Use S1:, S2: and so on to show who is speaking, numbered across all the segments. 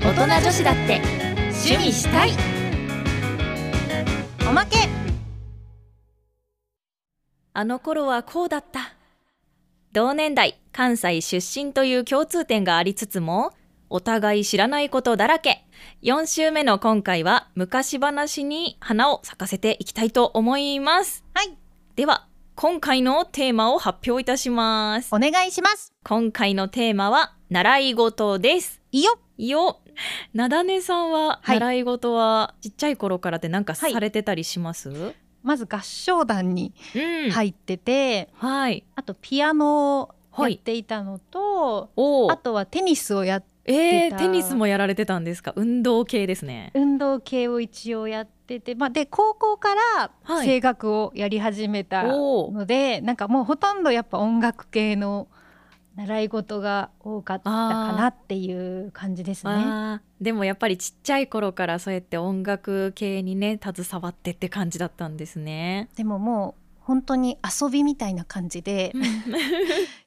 S1: 人女子だって趣味したい
S2: おまけ
S1: あの頃はこうだった同年代関西出身という共通点がありつつもお互い知らないことだらけ4週目の今回は昔話に花を咲かせていきたいと思います
S2: はい
S1: では今回のテーマを発表いたします
S2: お願いします
S1: 今回のテーマは習い事です
S2: いいよ
S1: よなだねさんは
S2: はい
S1: 習い事はちっちゃい頃からでなんか
S2: はい
S1: されてたりします、
S2: まず合唱団に
S1: うんい
S2: 入ってて、
S1: はい
S2: あとピアノを
S1: は
S2: や
S1: い
S2: っていたのと、
S1: お
S2: あ
S1: ー
S2: とはテニスをやっ
S1: え
S2: 出
S1: ー、
S2: た
S1: テニスもやられてたんですか運動系ですね
S2: 運動系を一応やってて、まあ、で高校から
S1: はい
S2: 声楽をやり始めた
S1: おー
S2: ので、なんかもうほとんどやっぱ音楽系の習い事が多かったかなっていう感じですね。
S1: あーでもやっぱりちっちゃい頃からそうやって音楽系にね携わってって感じだったんですね。
S2: でももう本当に遊びみたいな感じで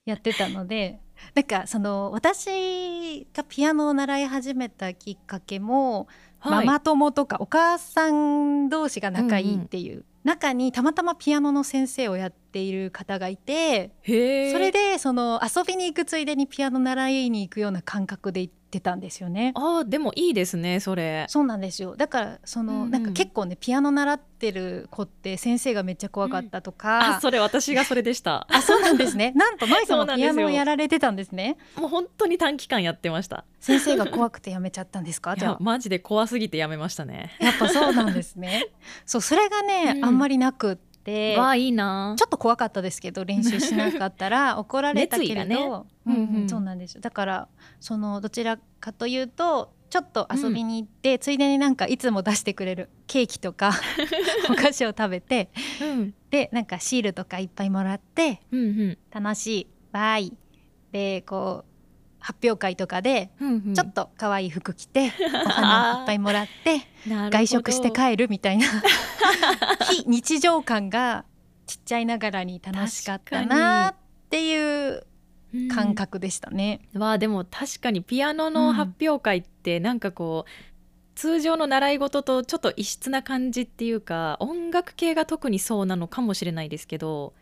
S2: やってたので、なんかその私がピアノを習い始めたきっかけも、
S1: はい
S2: ママ友とかお母さん同士が仲いいっていう、中にたまたまピアノの先生をやっている方がいて、
S1: へー
S2: それでその遊びに行くついでにピアノ習いに行くような感覚で行ってたんですよね。
S1: あーでもいいですねそれ。
S2: そうなんですよだからその、
S1: うんうん
S2: なんか結構ねピアノ習ってる子って先生がめっちゃ怖かったとか、
S1: あそれ私がそれでした。
S2: あそうなんで すねなんとノイさ
S1: そうんな
S2: も
S1: ん
S2: ピ
S1: ですよ
S2: アノをやられてたんですね
S1: もう本当に短期間やってました。
S2: 先生が怖くてやめちゃったんですか
S1: い
S2: じゃ
S1: や
S2: あ
S1: マジで怖すぎてやめましたね。
S2: やっぱそうなんです ねそうそれがね、
S1: うん
S2: あんまりなくって
S1: わあいいな
S2: ちょっと怖かったですけど練習しなかっ たら怒られたけれど、
S1: 熱意が
S2: うんうん
S1: うんうん
S2: そうなんですよだからそのどちらかというとちょっと遊びに行って、ついでになんかいつも出してくれるケーキ とかお菓子を食べて
S1: うん
S2: でなんかシールとかいっぱいもらって
S1: うんうん
S2: 楽しいバイでこう発表会とかで
S1: うんうん
S2: ちょっと可愛い服着て、お 花いっぱいもらって
S1: なるほど
S2: 外食して帰るみたいな非 日常感がちっちゃいながらに楽しかったなってい
S1: うん
S2: う感覚でしたね。
S1: わあでも確かにピアノの発表会ってなんかこう、通常の習い事とちょっと異質な感じっていうか音楽系が特にそうなのかもしれないですけど、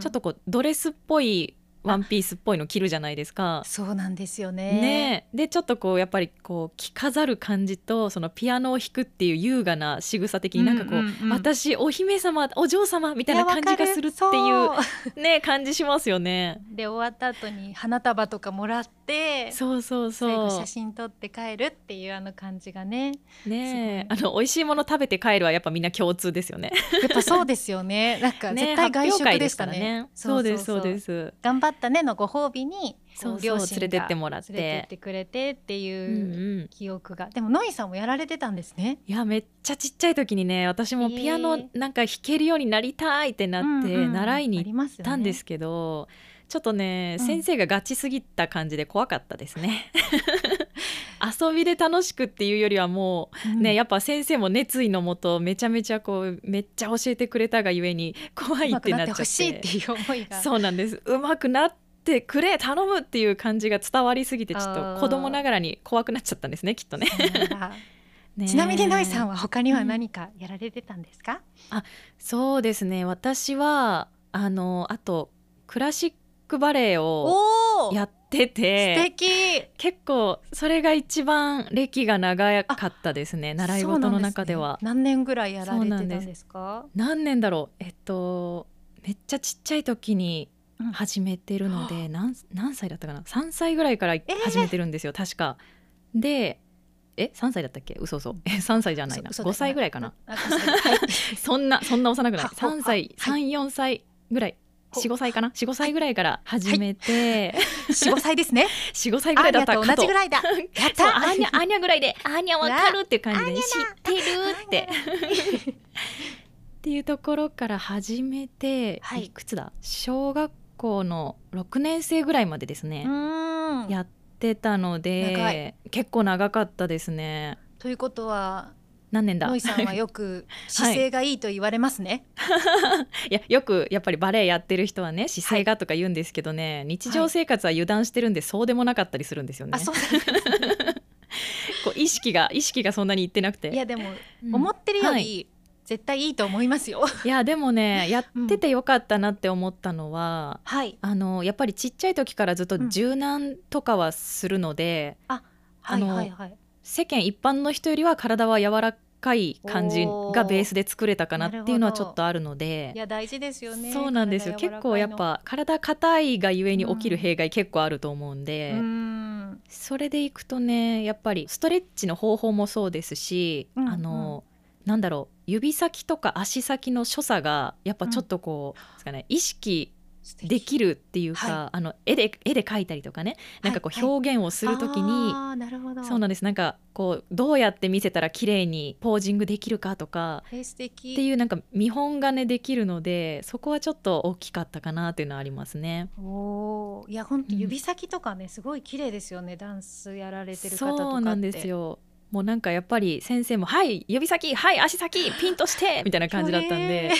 S1: ちょっとこうドレスっぽいワンピースっぽいの着るじゃないですか。
S2: そうなんですよね
S1: ねえでちょっとこうやっぱりこう着飾る感じとそのピアノを弾くっていう優雅な仕草的になんかこう、
S2: んんん
S1: 私お姫様お嬢様みたいな感じがするって
S2: や
S1: い
S2: わかるそう
S1: ね感じしますよね。
S2: うで終わった後に花束とかもらって
S1: そうそう
S2: 最
S1: そう。
S2: 後写真撮って帰るっていうあの感じがね
S1: ねえあ
S2: す
S1: の美味しいもの食べて帰るはやっぱみんな共通ですよね。
S2: やっぱそうです よねなんか
S1: ね
S2: 絶
S1: え
S2: 対外
S1: 発表会
S2: 食でしたね
S1: すからそうですそうですす。
S2: 頑張ったねのご褒美に
S1: そうそ
S2: こ
S1: う
S2: 両
S1: 連
S2: 親
S1: れ
S2: が
S1: てってもらっ。
S2: 連れてっててくれてって
S1: う
S2: い
S1: ん
S2: う
S1: うん。
S2: 記憶が、でもノイさんもやられてたんですね
S1: いやめっちゃちっちゃい時にね私もピアノなんか弾けるようになりたいってなって
S2: うんうん
S1: 習いに
S2: あ
S1: 行っ
S2: りますよね
S1: たんですけど、ちょっとね、
S2: うん
S1: 先生がガチすぎた感じで怖かったですね。遊びで楽しくっていうよりはもうね、やっぱ先生も熱意のもとめちゃめちゃこうめっちゃ教えてくれたがゆえに怖
S2: う
S1: い
S2: ん上
S1: っ
S2: 手く
S1: てなっ
S2: な
S1: ち
S2: っ
S1: ゃ
S2: て
S1: っ。
S2: ほしいってていう思いが
S1: そうなんです。うまくなってくれ頼むっていう感じが伝わりすぎてちょっと子供ながらに怖くなっちゃったんですねきっとね。
S2: そうなんだ
S1: ね
S2: ちなみにノイさん
S1: は
S2: は他には何かやられてたんですか、
S1: そうですね私はあのあとクラシックバレエを
S2: おお
S1: やって
S2: 素
S1: て
S2: 敵
S1: 結構それが一番歴が長かったですね習い事の中では。
S2: そうなんすね何年ぐらいやられてたん
S1: そうなんで
S2: ですか
S1: 何年だろうえっとめっちゃちっちゃい時に始めてるので、なん、何歳だったかな3歳ぐらいから
S2: ー
S1: 始めてるんですよ、確かでえ3歳だったっけ嘘嘘え3歳じゃないな
S2: 嘘嘘だ
S1: 5歳ぐらいかな
S2: あ そうだはい
S1: そんなそんな幼くない
S2: は
S1: 3歳
S2: は
S1: 34歳ぐらい
S2: ほ
S1: 45歳かな45歳ぐらいから始めて、
S2: 四五歳です ね
S1: 45歳ぐら
S2: アー
S1: い
S2: ニ
S1: だっ
S2: ャ
S1: た
S2: と同じぐ らいだやっ
S1: そう
S2: た
S1: アー ニャアーニャぐらいでアーニャわかるっていう感じで、
S2: うわ
S1: 知ってるってっていうところから始めて、
S2: はい
S1: いくつだ小学校の6年生ぐらいまでですね、
S2: うーん
S1: やってたの
S2: 長
S1: で結構長かったですね
S2: ということは
S1: 何年だ
S2: ノイさんはよく姿勢がいいと言われますね、
S1: いやよくやっぱりバレエやってる人はね姿勢がとか言うんですけど ね、日常生活は油断してるんでそうでもなかったりするんですよね、
S2: あそうなんですね
S1: こう意識が意識がそんなにいってなくて
S2: いやでも、
S1: うん
S2: 思ってるより、
S1: はい
S2: 絶対いいと思いますよ
S1: いやでもねやっててよかったなって思ったのは、
S2: はい
S1: あのやっぱりちっちゃい時からずっと柔軟とかはするので、
S2: は
S1: あ
S2: い
S1: の
S2: はいはい
S1: 世間一般の人よりは体は柔らかい感じ
S2: お
S1: が
S2: ー
S1: ベースで作れたかなっていうのはちょっとあるの
S2: い
S1: で。
S2: や大事ですよね
S1: そうなんですよ
S2: 体
S1: 結
S2: 柔らかいの
S1: 構やっぱ体硬いがゆえに起き
S2: う
S1: る
S2: ん
S1: 弊害結構あると思うん
S2: う
S1: で、
S2: んは
S1: それでいくとねやっぱりストレッチの方法もそうですし、
S2: うん
S1: あのなんだろう指先とか足先の所作がやっぱちょっとこう、ですかね、意識できるっていうか、
S2: は
S1: あの絵で絵で描いたりとかねなんかこ
S2: は
S1: う
S2: いはい
S1: 表現をするときに、
S2: あーなるほど
S1: そうなんですなんかこうどうやって見せたら綺麗にポージングできるかとか
S2: えー素敵
S1: っていうなんか見本がねできるのでそこはちょっと大きかったかなっていうのはありますね。
S2: おーいや本当
S1: うん
S2: 指先とかね、すごい綺麗ですよねダンスやられてる方とかって
S1: そうなんですよもうなんかやっぱり先生も「はい指先はい足先ピンと して」みたいな感じだったんで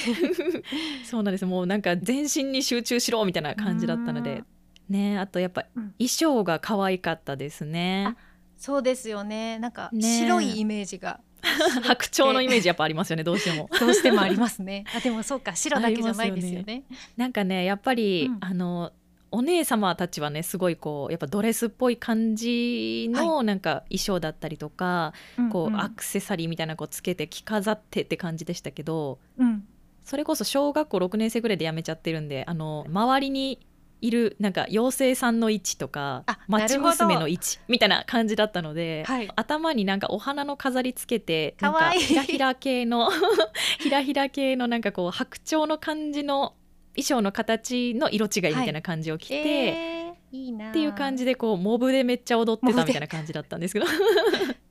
S1: そうなんですもうなんか全身に集中しろみたいな感じだったのでねあとやっぱ
S2: うん
S1: 衣装が可愛かったですね。
S2: そうですよねなんか
S1: ね
S2: 白いイメージが。
S1: 白鳥のイメージやっぱありますよねどうしても
S2: どうしてもありますね あでもそうか白だけじゃないですよ
S1: あ
S2: ね
S1: なんかねやっぱり、
S2: うん
S1: あのお姉様たちはねすごいこうやっぱドレスっぽい感じのなんか衣装だったりとか、こうアクセサリーみたいなのこうつけて着飾ってって感じでしたけど
S2: うんうん
S1: それこそ小学校6年生ぐらいで辞めちゃってるんであの周りにいるなんか妖精さんの位置とか
S2: あ
S1: 町
S2: なる
S1: 娘
S2: ほど
S1: の位置みたいな感じだったので。
S2: はい
S1: 頭になんかお花の飾りつけてなん
S2: か
S1: か
S2: わいい
S1: ひらひら系の ひらひら系のなんかこう白鳥の感じの衣装の形の色違いみたいな感じを着て、
S2: えー、いいな
S1: っていう感じ
S2: で
S1: でこうモブでめっちゃ踊って
S2: モブ
S1: た
S2: で
S1: みたいな感じだったんですけど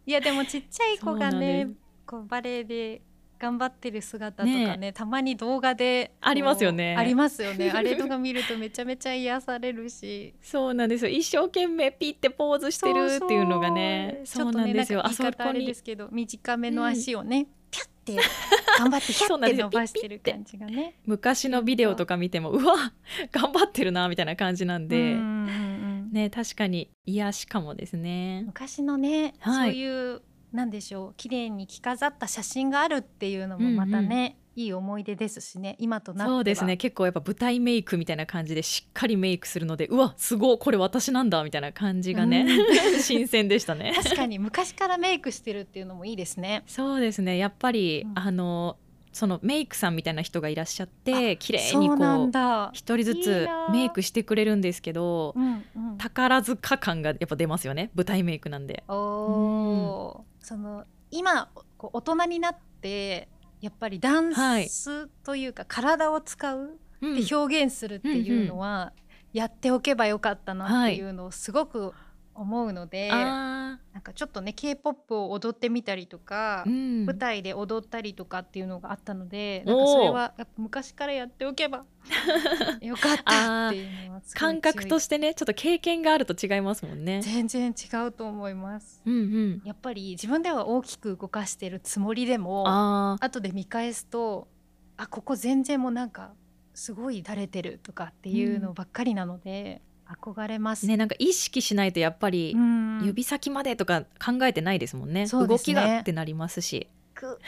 S2: いやでもちっちゃい子が
S1: そうなん
S2: ね
S1: です
S2: こうバレエで頑張ってる姿とかねたまに動画で
S1: ありますよね
S2: こうありますよねあれとか見るとめちゃめちゃ癒されるし
S1: そうなんですよ一生懸命ピッてポーズしてるっていうのがね
S2: そ
S1: そうう
S2: うそちょっと
S1: な
S2: ね
S1: んですよ、
S2: な
S1: あ
S2: んか
S1: そ
S2: 言い方あ
S1: こ
S2: れで
S1: に
S2: すけど短めの足をね、ピャ って頑張ってヒャ
S1: そう
S2: っ
S1: なん
S2: て
S1: です
S2: 伸
S1: よ
S2: ばしてる感じがね。
S1: 昔のビデオとか見てもうわ頑張ってるなみたいな感じなんで、
S2: うんうんうん
S1: ね確かに癒しかもですね。
S2: 昔のね、
S1: はい
S2: そういうなんでしょう綺麗に着飾った写真があるっていうのもまたね、いい思い出ですしね今となっては
S1: そうですね結構やっぱ舞台メイクみたいな感じでしっかりメイクするのでうわすごいこれ私なんだみたいな感じがね、 新鮮でしたね。
S2: 確かに昔からメイクしてるっていうのもいいですね。
S1: そうですねやっぱり、
S2: うん
S1: あのそのメイクさんみたいな人がいらっしゃって綺麗
S2: そ
S1: に
S2: うな
S1: こ
S2: ん
S1: う
S2: だ。
S1: 一人ず
S2: いい
S1: つ
S2: な
S1: メイクしてくれるんですけど
S2: うんうん、
S1: 宝塚感がやっぱ出ますよね舞台メイクなんで。
S2: おーその今こう大人になってやっぱりダン
S1: はい
S2: スというか体を使う
S1: うん
S2: って表現するっていうのはやっておけばよかったなっていうのをすごく思うので、
S1: あ
S2: なんかちょっとね k p o p を踊ってみたりとか
S1: ー、うん
S2: 舞台で踊ったりとかっていうのがあったので
S1: おー
S2: なんかそれはやっぱ昔からやっておけ ばよかったっていうのはすごい強い
S1: 感覚としてねちょっと経験があると違いますもんね。
S2: 全然違うと思います。
S1: うんうん、
S2: やっぱり自分では大きく動かしてるつもりでも
S1: あー
S2: 後で見返すとあここ全然もうなんかすごいだれてるとかっていうのばっかりなので、憧れます、
S1: ねなんか意識しないとやっぱり
S2: うん
S1: 指先までとか考えてないですもんね
S2: そうで
S1: 動
S2: すね
S1: きがってなりますし
S2: く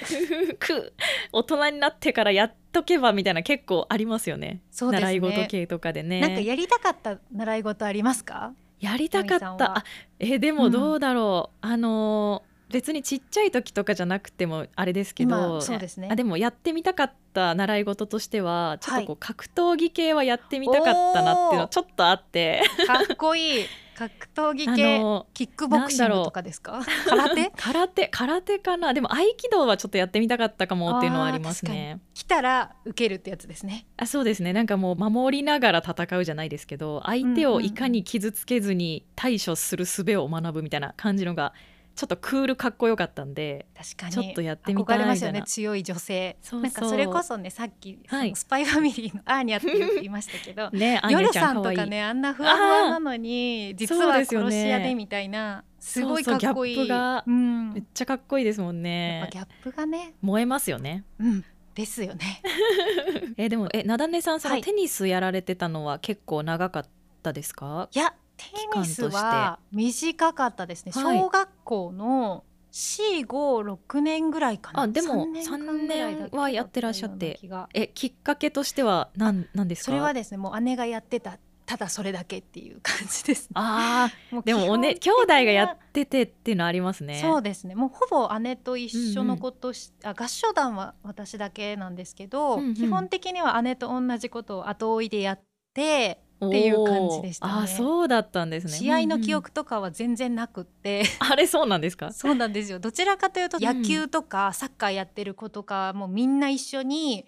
S1: く大人になってからやっとけばみたいな結構ありますよね
S2: そうですね
S1: 習い事系とかでね
S2: なんかやりたかった習い事ありますか
S1: やりたかっ
S2: ナミさんは
S1: たあえでもどうだろう、あのー別にちっちゃい時とかじゃなくてもあれですけ
S2: 今
S1: ど
S2: そうですね
S1: あでもやってみたかった習い事としてはちょっとこう格闘技系はやってみたかったなっていうの
S2: おー
S1: はちょっとあって
S2: かっこいい格闘技
S1: あ
S2: 系
S1: の
S2: キックボクシングとかですか 空手
S1: 空手空手かなでも合気道はちょっとやってみたかったかもっていうのはあります
S2: あー確
S1: ね。
S2: 来たら受けるってやつですね
S1: あそうですねなんかもう守りながら戦うじゃないですけど相手
S2: うんう
S1: を
S2: んうん
S1: いかに傷つけずに対処する術を学ぶみたいな感じのがちょっとクールかっこよかったんで
S2: 確かに
S1: ちょっとやってみたい
S2: 憧れ
S1: みたいな
S2: ますよね強い女性
S1: そうそう
S2: なんかそれこそねさっき、
S1: はい
S2: そのスパイファミリーのアーニャってよく言いましたけど
S1: ね アン
S2: ヨ
S1: ニャ
S2: ル
S1: ちゃ
S2: さ
S1: ん
S2: ん
S1: か
S2: と
S1: わいい
S2: かねあんなふわふわなのに実
S1: そう
S2: は
S1: ですよ
S2: 殺
S1: ね
S2: し屋でみたいなす,、ごいかっこいい
S1: そうそうギャップが
S2: うん
S1: めっちゃかっこいいですもん
S2: やっぱ
S1: ね
S2: ギャップがね、
S1: 燃えますよね
S2: うん、ですよね
S1: えでもえなだねさんそ
S2: は
S1: の
S2: い
S1: テニスやられてたのは結構長かったですか、
S2: いやテニスは短かったですね、
S1: はい
S2: 小学校の456年ぐらいかな
S1: あでも
S2: 間ぐらいだた
S1: 三年はやってらっしゃって
S2: ような気が
S1: えきっかけとしては何なんですか
S2: それはですねもう姉がやってたただそれだけっていう感じです ね
S1: あー
S2: もう
S1: でもお、ね、
S2: 基
S1: 兄
S2: 本
S1: 弟
S2: 的な
S1: がやっててっていうのありますね。
S2: そうですねもうほぼ姉と一緒のことし、あ合唱団は私だけなんですけど、
S1: うんうん
S2: 基本的には姉と同じことを後追いでやって、
S1: おー
S2: っていう感じでしたね
S1: あーそうだったんですね。
S2: 試合の記
S1: うん
S2: 憶とかは全然なくって、
S1: うん、あれそうなんですか
S2: そうなんですよどちらかというと
S1: うん
S2: 野球とかサッカーやってる子とかもうみんな一緒に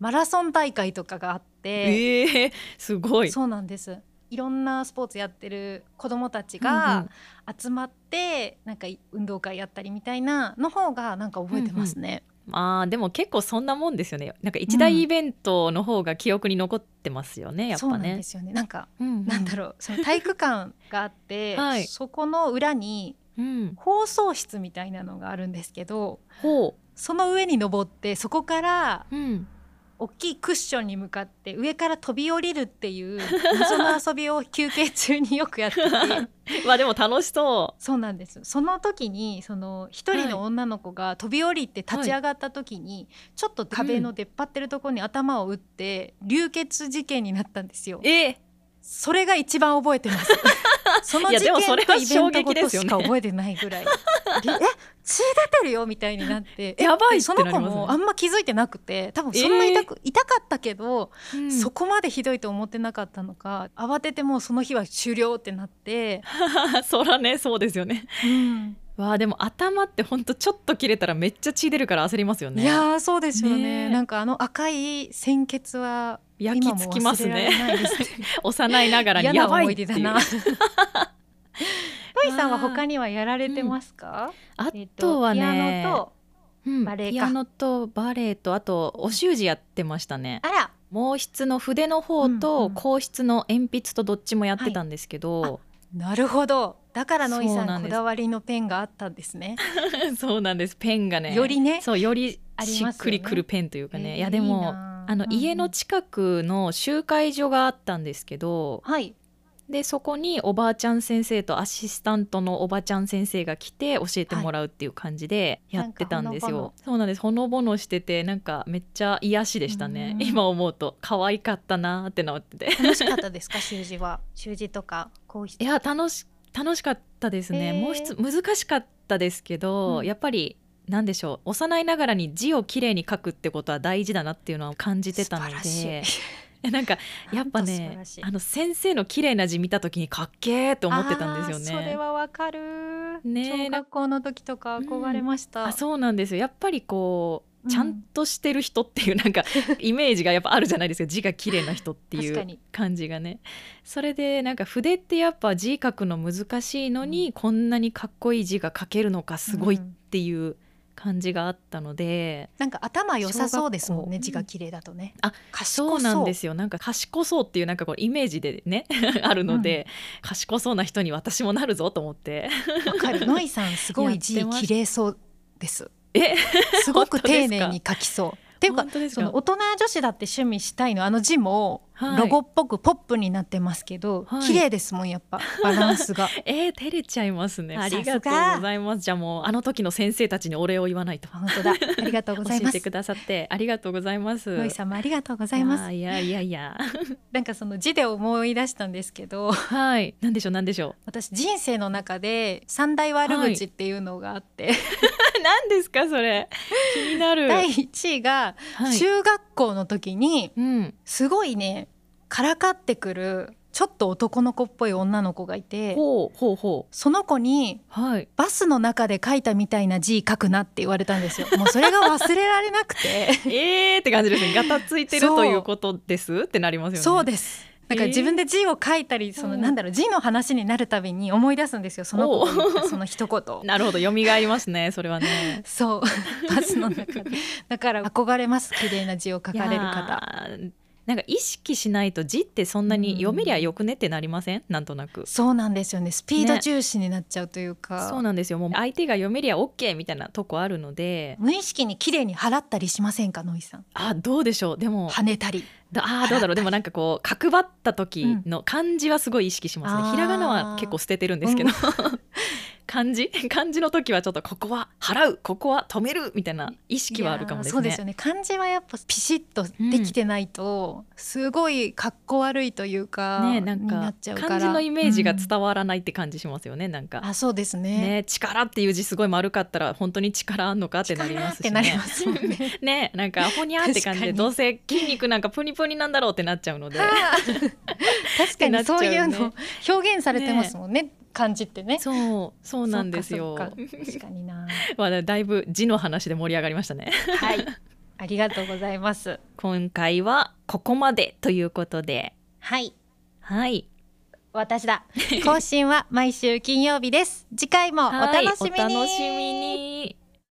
S2: マラソン大会とかがあって、
S1: ええー、すごい。
S2: そうなんですいろんなスポーツやってる子どもたち
S1: うんう
S2: が
S1: ん
S2: 集まってなんか運動会やったりみたいなの方がなんか覚えてますね。
S1: まあでも結構そんなもんですよね。なんか一大イベントの方が記憶に残ってますよね、やっ
S2: そうな
S1: ぱ
S2: ん
S1: ね
S2: で。すよねなんか、
S1: うんうん
S2: なんだろうその体育館があっ て、
S1: はい
S2: そこの裏に
S1: うん、
S2: 放送室みたいなのがあるんですけど
S1: ほ
S2: その上に登ってそこから
S1: う、うん、
S2: 大きいクッションに向かって上から飛び降りるっていう謎の遊びを休憩中によくやってて
S1: まあでも楽しそ
S2: そうなんですその時にその一人の女の子が飛び降りて立ち上がった時に、ちょっと壁の出っ張ってるところに頭を打って流血事件になったんですよ
S1: う。。えー
S2: それが一番覚えてます。その
S1: い
S2: 事
S1: やで
S2: 件
S1: もそれは
S2: とイベントご
S1: 衝撃で
S2: と
S1: すよ
S2: し
S1: ね
S2: か覚えてない ぐらい。でえ血出てるよみたいになって。え
S1: やばいってなりますね
S2: その子もあんま気づいてなくて多分そんな痛く、痛かったけど、
S1: うん
S2: そこまでひどいと思ってなかったのか慌ててもうその日は終了ってなって、
S1: そらねそうですよね。
S2: うん
S1: わあでも頭ってほんとちょっと切れたらめっちゃ血出るから焦りますよね。
S2: いやーそうですよ
S1: ね
S2: ねなんかあの赤い鮮血は
S1: 焼
S2: 今
S1: き
S2: も
S1: つきま
S2: 忘
S1: す
S2: れられ
S1: ね。
S2: ないですね
S1: 幼いながらに
S2: 嫌
S1: や
S2: な
S1: ば
S2: 思
S1: い
S2: い
S1: ってい
S2: 出
S1: う
S2: だ なロイさんは他にはやられてますか、
S1: あ
S2: えっ
S1: とはね、
S2: ピアノと
S1: うん
S2: バレエか
S1: ピアノとバレエとあとお習字やってましたね。
S2: あら
S1: 毛筆の筆の方
S2: うんう
S1: と
S2: ん
S1: 硬筆の鉛筆とどっちもやってたんですけど、
S2: なるほどだからノイ
S1: そ
S2: さ
S1: うなん
S2: ん
S1: で
S2: こ
S1: す
S2: だわりのペンがあったんですね
S1: そうなんですペンがね
S2: よりね
S1: そうより
S2: あります
S1: し
S2: よね
S1: っくりくるペンというかね、いやで
S2: いい
S1: も
S2: な
S1: あの
S2: うんうん
S1: 家の近くの集会所があったんですけど、
S2: はい
S1: でそこにおばあちゃん先生とアシスタントのおばあちゃん先生が来て教えてもらうっていう感じで
S2: はい
S1: やってたんですよ、
S2: なんかほのぼの
S1: そうなんですほのぼのしててなんかめっちゃ癒しでしたね
S2: うん
S1: 今思うと可愛かったなーってなってて
S2: 楽しかったですか 習字は習字とかこうし
S1: いや楽し楽しかったですね、
S2: へー
S1: もう一つ難しかったですけど、
S2: うん
S1: やっぱりなんでしょう幼いながらに字をきれいに書くってことは大事だなっていうのは感じてたの
S2: 素晴
S1: で
S2: らしい
S1: えなんか やっぱ
S2: なんと素晴
S1: ね
S2: らしい
S1: あの先生の綺麗な字見た時にかっけーと思ってたんですよね。
S2: あーそれはわかる
S1: ねえ
S2: 小学校の時とか憧れました、
S1: あそうなんですよやっぱりこう
S2: う
S1: んちゃんとしてる人っていうなんかイメージがやっぱあるじゃないですか字が綺麗な人ってい
S2: 確か
S1: う
S2: に
S1: 感じがねそれでなんか筆ってやっぱ字書くの難しいのに、こんなにかっこいい字が書けるのかすごいっ
S2: うん
S1: ていう感じがあったので、
S2: なんか頭良さそうですもん
S1: 小学
S2: ね
S1: 校
S2: 字が綺麗だとね
S1: あ
S2: 賢
S1: そうなんですよなんか賢そうっていうなんかこうイメージでねあるので、賢そうな人に私もなるぞと思って
S2: わかるノイさんすごい字
S1: やってます
S2: 綺麗そうです
S1: え
S2: すごく
S1: 本当です
S2: 丁
S1: か
S2: 寧に書きそうっていう か
S1: 本当です
S2: そ
S1: か
S2: の大人女子だって趣味したいのあの字も
S1: はい
S2: ロゴっぽくポップになってますけど、
S1: はい
S2: 綺麗ですもんやっぱバラン スが
S1: えー、照れちゃいますねあ
S2: さすが
S1: りがとうございますじゃあもうあの時の先生たちにお礼を言わないと
S2: 本当だありがとうござい
S1: 教
S2: ま
S1: えて
S2: す
S1: くださってありがとうございます。
S2: ロイ様ありがとうございます
S1: いやいやいやいや。
S2: なんかその字で思い出したんですけど
S1: はい。なんでしょうなんでしょ
S2: 私人生の中で三大悪口っていうのがあって、
S1: う。なんですかそれ。気になる。
S2: 第1位が
S1: はい。
S2: 中学校の時に
S1: うん。
S2: すごいねからかってくるちょっと男の子っぽい女の子がいて
S1: ほうほうほう。
S2: その子に
S1: はい。
S2: バスの中で書いたみたいな字書くなって言われたんですよ。もうそれが忘れられなく て。
S1: えーって感じですね。ガタついてる
S2: そう
S1: ということですってなりますよね。
S2: そう
S1: す。
S2: です。なんか自分で字を書いたり、その
S1: うん
S2: なんだろう字の話になるたびに思い出すんですよ。その子が言ったその一言を。
S1: なるほど。蘇りますね。それはね。
S2: そう バスの中でだから憧れます綺麗な字を書か
S1: い
S2: れる方
S1: やーなんか意識しないと字ってそんなに読めりゃよくねってなりません、なんとなく
S2: そうなんですよねスピード重視になっちゃうというか、
S1: そうなんですよもう相手が読めりゃ OK みたいなとこあるので
S2: 無意識に綺麗に払ったりしませんかノイさん
S1: あどうでしょうでも
S2: 跳ねたり
S1: だあーどうだろうでもなんかこう角張った時の漢字はすごい意識しますね、
S2: あー
S1: ひらがなは結構捨ててるんですけど、 漢字漢字の時はちょっとここは払うここは止めるみたいな意識はあるかもです
S2: いやーそ
S1: ね
S2: うですよね漢字はやっぱピシッとできてないと、すごい格好悪いというか
S1: ねなん
S2: にな
S1: か
S2: っちゃうから
S1: 漢字のイメージが
S2: うん
S1: 伝わらないって感じしますよね、なんか
S2: あそうですね
S1: ね力っていう字すごい丸かったら本当に力あんのかってなりますしね
S2: 力ってなりますもんね
S1: ねなんかアホニャーって感じ
S2: 確か
S1: で
S2: に
S1: どうせ筋肉なんかプニプニなんだろうってなっちゃうので
S2: はあ確かにそうい
S1: っ
S2: う
S1: てな
S2: の
S1: っ
S2: 表現されてますもんね漢字ってね
S1: そうそうなんですよ
S2: そっかそっか確かにな
S1: まあだいぶ字の話で盛り上がりましたね
S2: はい ありがとうございます
S1: 今回はここまでということで
S2: はい
S1: はい
S2: 私 だ更新は毎週金曜日です次回もお楽しみに
S1: はいお楽しみに